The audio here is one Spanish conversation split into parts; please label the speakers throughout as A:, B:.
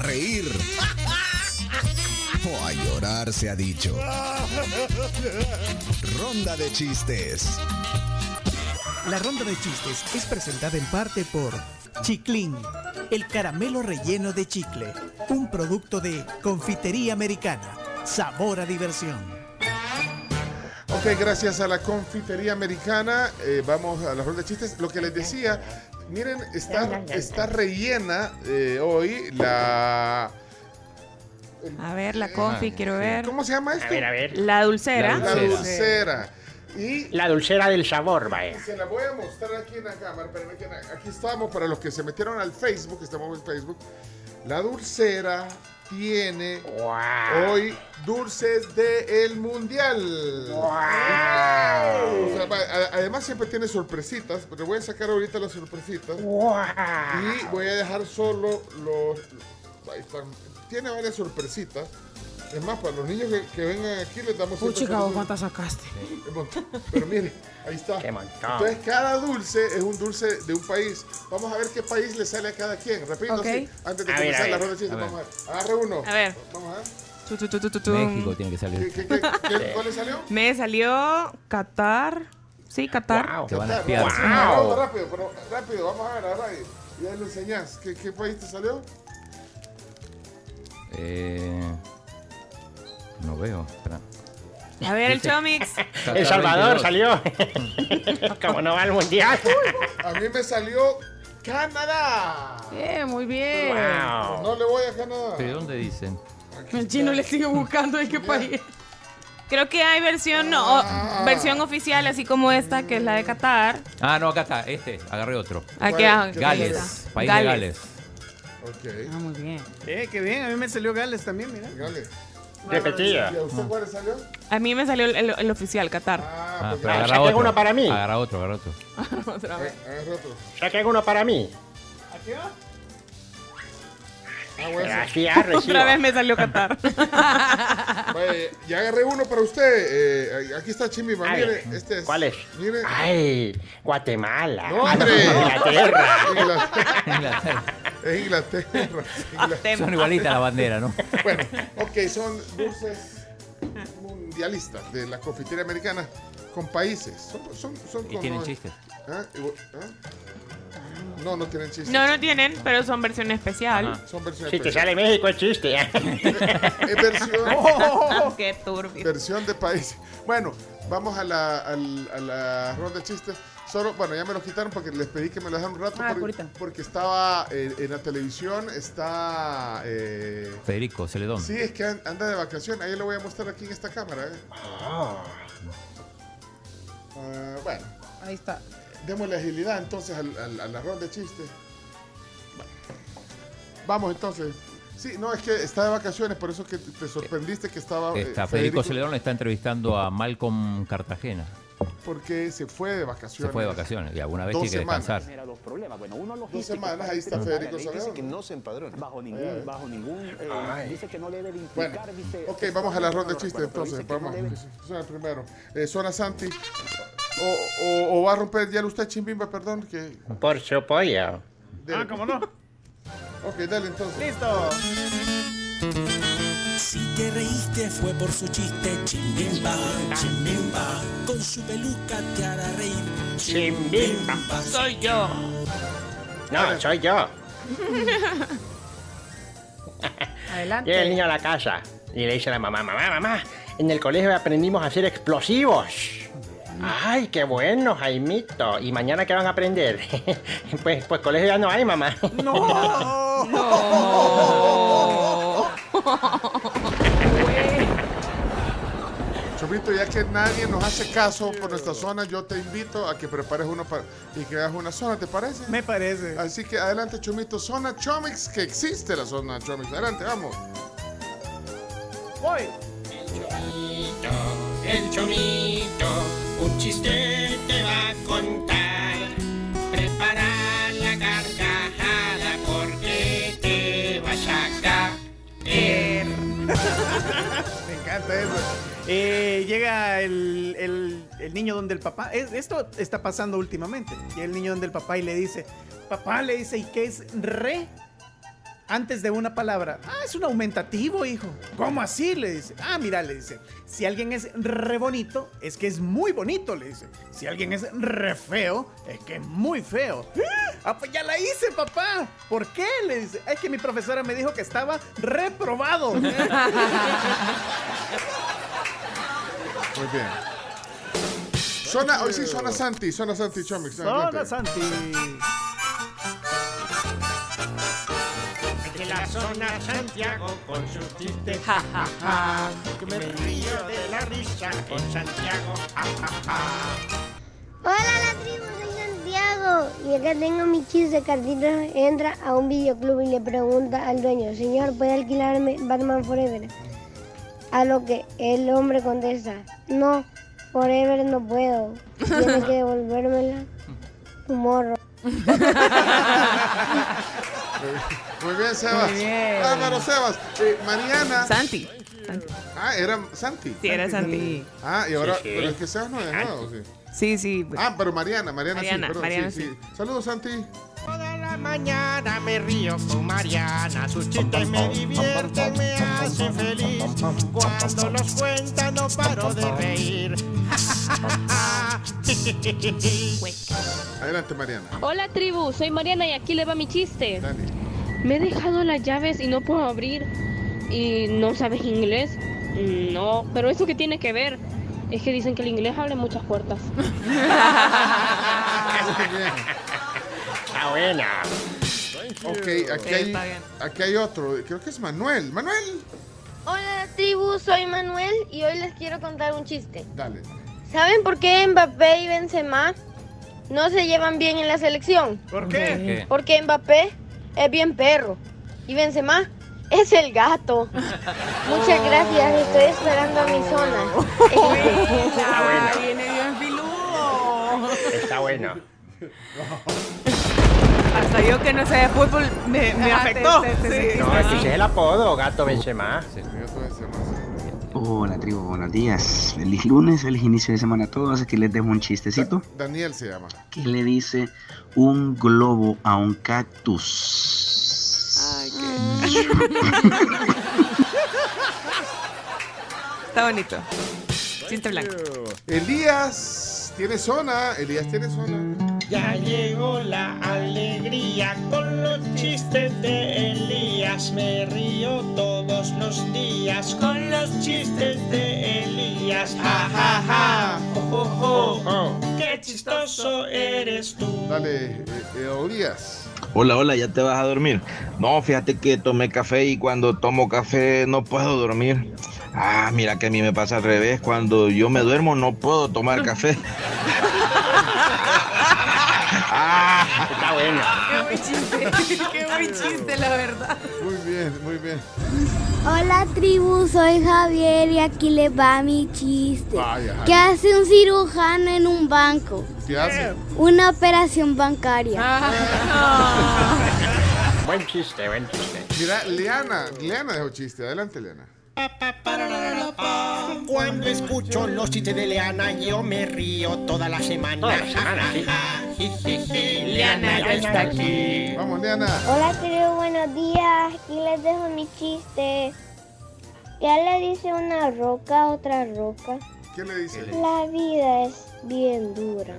A: reír o a llorar se ha dicho. Ronda de chistes.
B: La ronda de chistes es presentada en parte por Chiclin, el caramelo relleno de chicle, un producto de confitería americana. Sabor a diversión.
C: Ok, gracias a la confitería americana, eh, vamos a la ronda de chistes. Lo que les decía, miren, está, está rellena eh, hoy la...
D: A ver, la confi, quiero ver.
C: ¿Cómo se llama esto?
E: A ver, a ver.
D: La dulcera.
C: La dulcera. Y
E: La dulcera del sabor, vaya.
C: se la voy a mostrar aquí en la cámara. pero ven que na- aquí estamos para los que se metieron al Facebook, estamos en Facebook. La dulcera tiene
E: ¡Wow!
C: hoy dulces de el mundial. O sea, va- a- además siempre tiene sorpresitas, pero voy a sacar ahorita las sorpresitas y voy a dejar solo los. Ahí están. Tiene varias sorpresitas. Es más, para los niños que, que vengan aquí les damos siempre
D: Puchica,
C: sorpresas.
D: vos cuántas sacaste.
C: Qué montón. Eh, Pero mire, ahí está.
E: Qué montón.
C: Entonces, cada dulce es un dulce de un país. Vamos a ver qué país le sale a cada quien. Repito,
D: Ok.
C: así, antes de
E: A ver,
C: comenzar
E: a
C: la
E: ver,
C: ronda de chistes,
F: a ver.
C: vamos a ver. Agarre uno.
D: A ver.
C: Vamos a ver.
D: Tu, tu, tu, tu, tu, tu.
F: México tiene que
C: ¿Qué,
F: salir.
C: qué, qué, qué- cuál le salió?
D: Me salió Qatar. Sí, Qatar.
E: Wow.
F: Te van a
C: Claro,
F: espiar.
C: sí,
E: Wow.
C: rápido, rápido, pero rápido, vamos a ver, ahora ahí. Y ahí lo enseñás. ¿Qué, ¿Qué país te salió?
F: Eh, no veo. espera.
D: A ver, el Chomix.
F: Qatar
E: El Salvador
F: 22.
E: salió. Como no va al mundial.
C: A mí me salió Canadá.
D: Bien, muy bien.
E: wow.
C: No le voy a Canadá.
F: ¿Pero dónde dicen?
D: El chino le sigue buscando en qué país. Creo que hay versión no, o- versión oficial, así como esta, que es la de Qatar.
F: Ah, no, acá está. Este. Agarré otro.
D: Aquí,
C: ¿Cuál?
D: ah,
C: ¿Qué
F: Gales. País de Gales.
C: Ok,
D: Ah, muy bien.
G: Eh, qué bien, a mí me salió Gales también, mira.
C: Gales.
E: Repetida.
C: ¿Y a usted cuál le salió?
D: A mí me salió el, el- el oficial, Qatar.
C: Ah,
F: Ah,
C: pues
F: pero
E: Ah,
F: agarra
E: saqué
F: otro.
E: uno para mí.
F: Agarra otro, agarra otro.
D: Otra vez.
C: Eh, a- agarra otro.
E: Saqué uno para mí.
G: ¿Aquí va?
C: Ah, bueno, sí.
E: Gracias,
D: Otra
E: recibo.
D: vez me salió Qatar.
C: Vaya, ya agarré uno para usted. Eh, aquí está Chimima.
E: A
C: Mire,
E: ver,
C: este es.
E: ¿Cuál es?
C: Mire.
E: Ay, Guatemala.
C: No, hombre.
E: Inglaterra.
C: Inglaterra.
F: Inglaterra.
C: Es Inglaterra. Inglaterra.
F: Son igualitas la bandera, ¿no?
C: Bueno, ok, son dulces mundialistas de la confitería americana con países. Son, son, son
F: Y
C: con-
F: tienen chistes.
C: ¿Ah? Y bu- ¿Ah? No, no tienen chistes.
D: No, no tienen, pero son versión especial.
C: Son versiones.
E: Si te
C: especiales.
E: sale México es chiste.
C: Es versión,
F: Oh.
D: Qué turbio.
C: versión de país. Bueno, vamos a la, al- a la ronda de chistes. Solo, bueno, ya me los quitaron porque les pedí que me lo dejaran un rato
D: Ah,
C: porque,
D: ahorita.
C: porque estaba eh, en la televisión, está... eh,
F: Federico Celedón.
C: sí, es que an- anda de vacación. Ahí lo voy a mostrar aquí en esta cámara. eh. Ah, bueno,
D: Ahí está.
C: démosle agilidad entonces al, al- a la ronda de chistes. Bueno. Vamos entonces. Sí, no, es que está de vacaciones, por eso que te sorprendiste que estaba... eh,
F: Está, Federico Celedón está entrevistando a Malcolm Cartagena.
C: Porque se fue de vacaciones.
F: Se fue de vacaciones y alguna vez
C: Dos
F: tiene que
C: semanas.
F: descansar.
H: genera dos problemas. Bueno, uno logístico.
C: Dos semanas, ahí está
H: para el
C: Federico
H: tribunal. Dice
C: Soledad.
H: que no se empadrona. Bajo
C: Ahí, ahí.
H: ningún, bajo ningún. eh, dice que no debe de
C: Bueno,
H: implicar, dice.
C: ok, vamos a la ronda de chistes
H: Pero dice
C: entonces.
H: que no
C: Vamos.
H: debe-
C: Suena el primero. Eh, Suena Santi. O, o- o va a romper ya usted, Chimbimba, perdón. Que,
E: Por su pollo.
C: de-
G: Ah, cómo no.
C: Ok, dale entonces.
G: Listo.
I: Si te reíste fue por su chiste, chimbimba, chimbimba. Con su peluca te hará reír.
E: Chimbimba.
D: Soy yo.
E: No, soy yo. Llega el
D: Adelante.
E: niño a la casa y le dice a la mamá, mamá, mamá, en el colegio aprendimos a hacer explosivos. Ay, qué bueno, Jaimito. ¿Y mañana qué van a aprender? pues, pues colegio ya no hay, mamá.
C: Chomito, ya que nadie nos hace caso por nuestra zona, yo te invito a que prepares uno para, y que hagas una zona, ¿te parece?
G: Me parece.
C: Así que adelante, Chomito, zona Chomix, que existe la zona Chomix. Adelante, vamos.
G: Voy.
J: El chomito un chiste te va a contar. Prepara la carcajada porque te vas a caer.
G: Me encanta eso. Eh, llega el, el- el niño donde el papá. es- esto está pasando últimamente. Llega el niño donde el papá y le dice: Papá, le dice, ¿y qué es re? antes de una palabra. Ah, es un aumentativo, hijo. ¿Cómo así? Le dice. Ah, mira, le dice. Si alguien es re bonito, es que es muy bonito, le dice. Si alguien es re feo, es que es muy feo. Ah, pues ya la hice, papá. ¿Por qué? Le dice. Es que mi profesora me dijo que estaba reprobado.
C: Muy bien. Zona, hoy sí zona Santi, zona Santi, Chomix.
G: Zona
C: adelante.
G: Santi.
J: De la zona Santiago con sus chistes, ja, ja, ja. Que me río de la risa con Santiago, ja, ja, ja.
K: Hola la tribu, soy Santiago. Y acá tengo mi chiste. Carlitos entra a un videoclub y le pregunta al dueño, señor, ¿puede alquilarme Batman Forever? A lo que el hombre contesta, no, Forever no puedo. Tiene que devolvérmela tu morro.
C: Muy bien, Sebas.
K: Muy bien.
C: Álvaro Sebas. Eh, Mariana.
D: Santi.
C: Ah, era Santi.
D: Sí, era Santi.
C: Ah, y ahora,
D: Sí, sí.
C: pero es que Sebas no ha dejado, sí.
D: Sí, sí.
C: Ah, pero Mariana, Mariana,
D: Mariana,
C: sí, perdón,
D: Mariana,
C: sí, sí. Saludos, Santi.
J: Toda la mañana me río con Mariana, sus chistes me divierten, me hacen feliz. Cuando los cuenta no paro de reír. Ja, ja, ja, ja.
C: Adelante, Mariana.
L: Hola tribu, soy Mariana y aquí le va mi chiste. Me he dejado las llaves y no puedo abrir. ¿Y no sabes inglés? No, pero eso que tiene que ver es que dicen que el inglés abre muchas puertas.
E: Está buena.
C: Ok, aquí hay, aquí hay otro. Creo que es Manuel. Manuel.
M: Hola tribu, soy Manuel y hoy les quiero contar un chiste.
C: Dale.
M: ¿Saben por qué Mbappé y Benzema no se llevan bien en la selección?
G: ¿Por qué?
M: Porque Mbappé es bien perro y Benzema es el gato. Muchas gracias, estoy esperando a mi zona.
D: Viene bien filudo.
E: Está bueno.
D: Hasta yo que no sé de fútbol me, me
G: Ajá,
D: afectó.
G: te- te- te-
E: No, es que ese es el apodo, Gato Benzema.
N: Hola tribu, buenos días. Feliz lunes, feliz inicio de semana a todos. Aquí les dejo un chistecito.
C: Daniel se llama.
N: ¿Qué le dice un globo a un cactus?
D: Está bonito. Chiste blanco.
C: Elías tiene zona. Elías tiene zona.
J: Ya llegó la alegría con los chistes de Elías. Me río todos los días con los chistes de Elías. Ja ja ja. Jo, jo, jo. Qué chistoso eres tú.
C: Dale, eh, eh, Elías.
O: Hola, hola, ¿ya te vas a dormir? No, fíjate que tomé café y cuando tomo café no puedo dormir. Ah, mira que a mí me pasa al revés. Cuando yo me duermo no puedo tomar café.
E: Está bueno.
D: Qué buen chiste. Qué buen chiste, la verdad.
C: Muy bien, muy bien.
K: Hola tribu, soy Javier y aquí le va mi chiste.
C: Vaya, Javier.
K: ¿Qué hace un cirujano en un banco?
C: ¿Qué hace?
K: Una operación bancaria.
E: Buen chiste, buen chiste.
C: Mira, Leana. Leana dejó chiste. Adelante, Leana.
J: Cuando escucho los chistes de Leana, yo me río toda la semana. Toda la semana, Leana ya está aquí.
C: Vamos, Leana.
K: Hola, querido, buenos días. Aquí les dejo mi chiste. ¿Qué le dice una roca a otra roca?
C: ¿Qué le dice?
K: La vida es bien dura.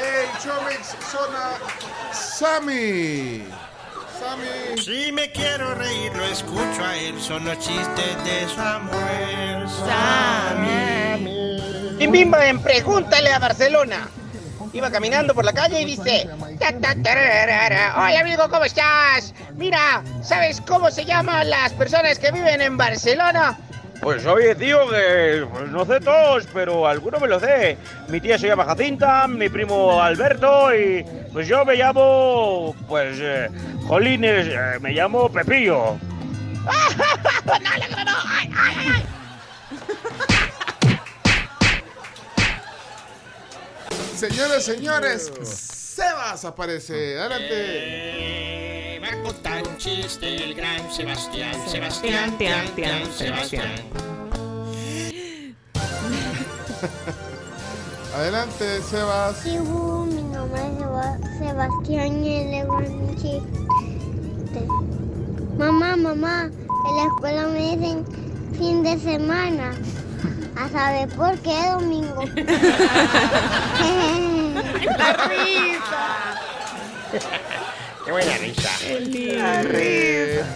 C: Hey, Chomix, zona. Sammy. Sammy.
J: Si me quiero reír, lo escucho a él. Son los chistes de Samuel. Sammy.
P: Bim Bim Bam, pregúntale a Barcelona. Iba caminando por la calle y dice: ta, ta, tararara. Hola amigo, ¿cómo estás? Mira, ¿sabes cómo se llaman las personas que viven en Barcelona?
Q: Pues oye, tío, que pues, no sé todos, pero algunos me lo sé. Mi tía se llama Jacinta, mi primo Alberto y pues yo me llamo, pues, eh, Jolines, eh, me llamo Pepillo.
C: Señores, señores, Sebas aparece. Adelante.
J: Va a contar un chiste el gran Sebastián.
D: Sebastián,
J: Sebastián, tian, tian, Sebastián.
C: Adelante, Sebas.
K: Tribu, mi nombre es Seba- Sebastián y él es un chiste. Mamá, mamá, en la escuela me dicen fin de semana. A saber por qué domingo.
D: La risa.
E: Qué buena risa.
C: La risa.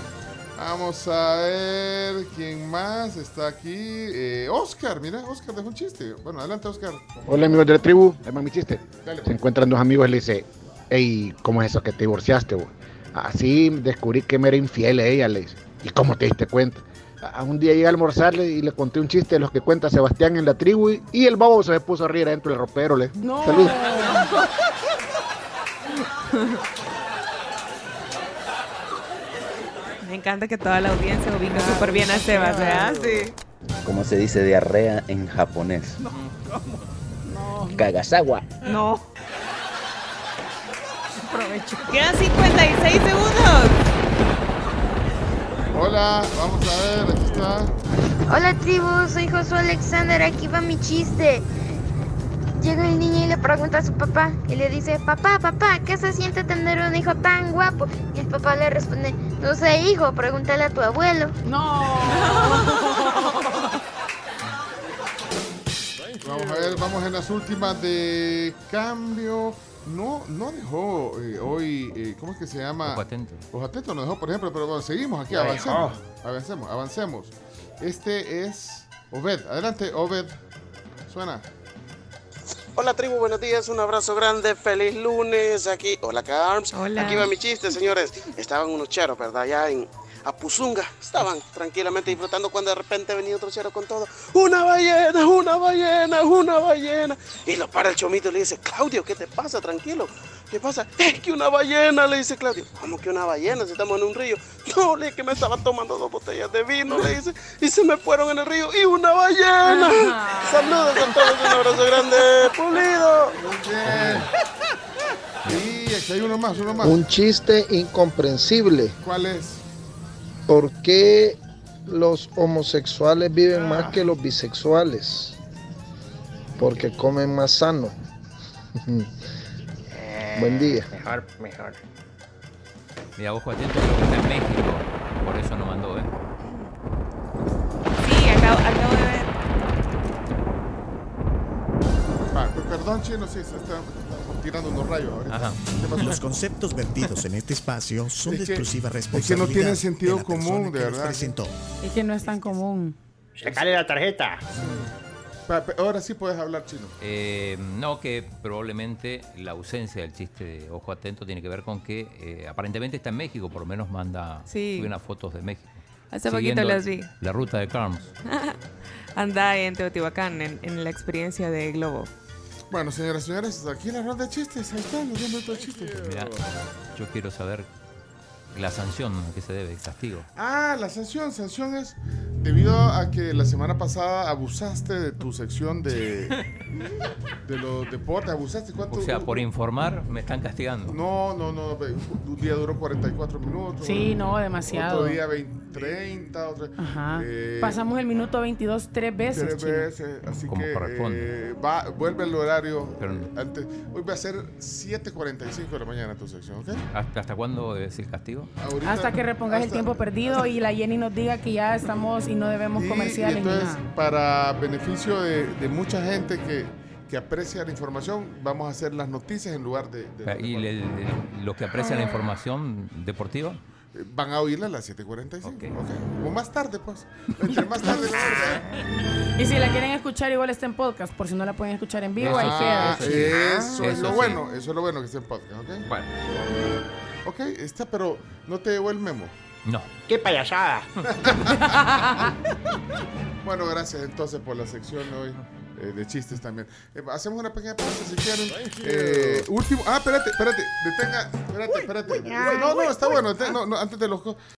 C: Vamos a ver quién más está aquí. Eh, Oscar, mira, Oscar dejó un chiste. Bueno, adelante, Oscar.
R: Hola amigos de la tribu, es más mi chiste.
C: Dale.
E: pues.
R: Se encuentran dos amigos y le dice, hey, ¿cómo es eso que te divorciaste vos? Así descubrí que me era infiel a ella, le dice. ¿Y cómo te diste cuenta? A un día llegué a almorzarle y le conté un chiste de los que cuenta Sebastián en la tribu y, y el bobo se puso a reír adentro del ropero, le. Salud.
D: Me encanta que toda la audiencia ubica súper bien a Sebas, ¿verdad? Sí.
S: ¿Cómo se dice diarrea en japonés? Kagasawa.
D: No. Aprovecho. Quedan 56 segundos.
C: Hola, vamos a ver, aquí está.
T: Hola tribu, soy Josué Alexander, aquí va mi chiste. Llega el niño y le pregunta a su papá y le dice, papá, papá, ¿qué se siente tener un hijo tan guapo? Y el papá le responde, no sé hijo, pregúntale a tu abuelo. No.
C: Vamos a ver, vamos en las últimas de cambio. No, no dejó eh, hoy, eh, ¿cómo es que se llama?
F: Ojo atento.
C: Ojo atento no dejó, por ejemplo, pero bueno, seguimos aquí,
F: No
C: avancemos. Avancemos, avancemos. Este es Obed. Adelante, Obed. Suena.
U: Hola tribu, buenos días, un abrazo grande, feliz lunes aquí. Hola Carms.
D: Hola.
U: Aquí va mi chiste, señores. Estaban unos cheros, ¿verdad? Allá en Apuzunga. Estaban tranquilamente disfrutando cuando de repente venía otro chero con todo. Una ballena, una ballena, una ballena. Y lo para el chomito y le dice, Claudio, ¿qué te pasa? Tranquilo. ¿Qué pasa? Es que una ballena, le dice Claudio. ¿Cómo que una ballena? Si estamos en un río. No, le dije que me estaba tomando dos botellas de vino, le dice. Y se me fueron en el río. Y una ballena. Saludos a todos, un abrazo grande. Pulido.
C: Y aquí hay uno más, uno más.
V: Un chiste incomprensible.
C: ¿Cuál es?
V: ¿Por qué los homosexuales viven más que los bisexuales? Porque comen más sano. Buen día.
E: Mejor, mejor.
F: Mira, ojo atento, creo que está en México. Por eso no mandó, ¿eh?
D: Sí, acabo, acabo de ver.
C: Ah, per- perdón, chino, sí, se está tirando unos rayos ahorita. ¿Qué pasó?
W: Los conceptos vertidos en este espacio son
C: Es
W: de
C: que-
W: exclusiva
C: es que no
W: responsabilidad.
C: tienen sentido común, de
W: los
C: verdad.
W: presentó.
D: Es que no es tan común.
E: Sacale la tarjeta.
C: Pa- pa- Ahora sí puedes hablar, chino.
F: Eh, no, que probablemente la ausencia del chiste de ojo atento tiene que ver con que eh, aparentemente está en México, por lo menos manda
D: Sí.
F: sube unas fotos de México.
D: Hace
F: Siguiendo
D: poquito las vi.
F: La ruta de Carms.
D: Anda en Teotihuacán, en, en la experiencia de Globo.
C: Bueno, señoras y señores, aquí la ronda de chistes. Ahí están, los 10 minutos de chistes.
F: Mira, yo quiero saber la sanción que se debe, el castigo.
C: Ah, la sanción. Sanción es debido a que la semana pasada abusaste de tu sección de, de los deportes. ¿Abusaste cuánto?
F: O sea, por informar me están castigando.
C: No, no, no. pe- Un día duró 44 minutos.
X: Sí, no,
C: Otro
X: demasiado.
C: día 20, 30, otro.
X: Ajá.
C: Eh,
X: Pasamos el minuto 22 tres veces.
C: Tres
X: chino.
C: veces, así
F: Como
C: que
F: corresponde.
C: eh, va, vuelve el horario eh, antes. Hoy va a ser 7.45 de la mañana tu sección, ¿ok?
F: ¿Hasta, hasta cuándo es el castigo?
C: Ahorita-
X: Hasta que repongas el
C: hasta-
X: tiempo perdido y la Jenny nos diga que ya estamos y no debemos
C: Y-
X: comerciales
C: y
X: ni
C: entonces,
X: nada.
C: para beneficio de, de mucha gente que, que aprecia la información, vamos a hacer las noticias en lugar de... de-
F: Ah, ¿Y le- le- los que aprecian la información deportiva?
C: van a oírla a las 7.45. ok. O más tarde, pues. Entre más tarde...
X: Ah, Y si la quieren escuchar, igual está en podcast, por si no la pueden escuchar en vivo, ahí
C: Ah,
X: queda.
C: eso, es
F: Eso
C: lo
F: sí.
C: bueno, eso es lo bueno que está en podcast, ¿ok?
F: Bueno.
C: Ok, está, pero no te llegó el memo.
F: No.
E: ¡Qué payasada!
C: Bueno, gracias entonces por la sección hoy eh, de chistes también. Eh, hacemos una pequeña pausa si quieren. Eh, último. Ah, espérate, espérate. Detenga. Espérate, espérate. No, no, está bueno. deten- no, no, antes de los. co-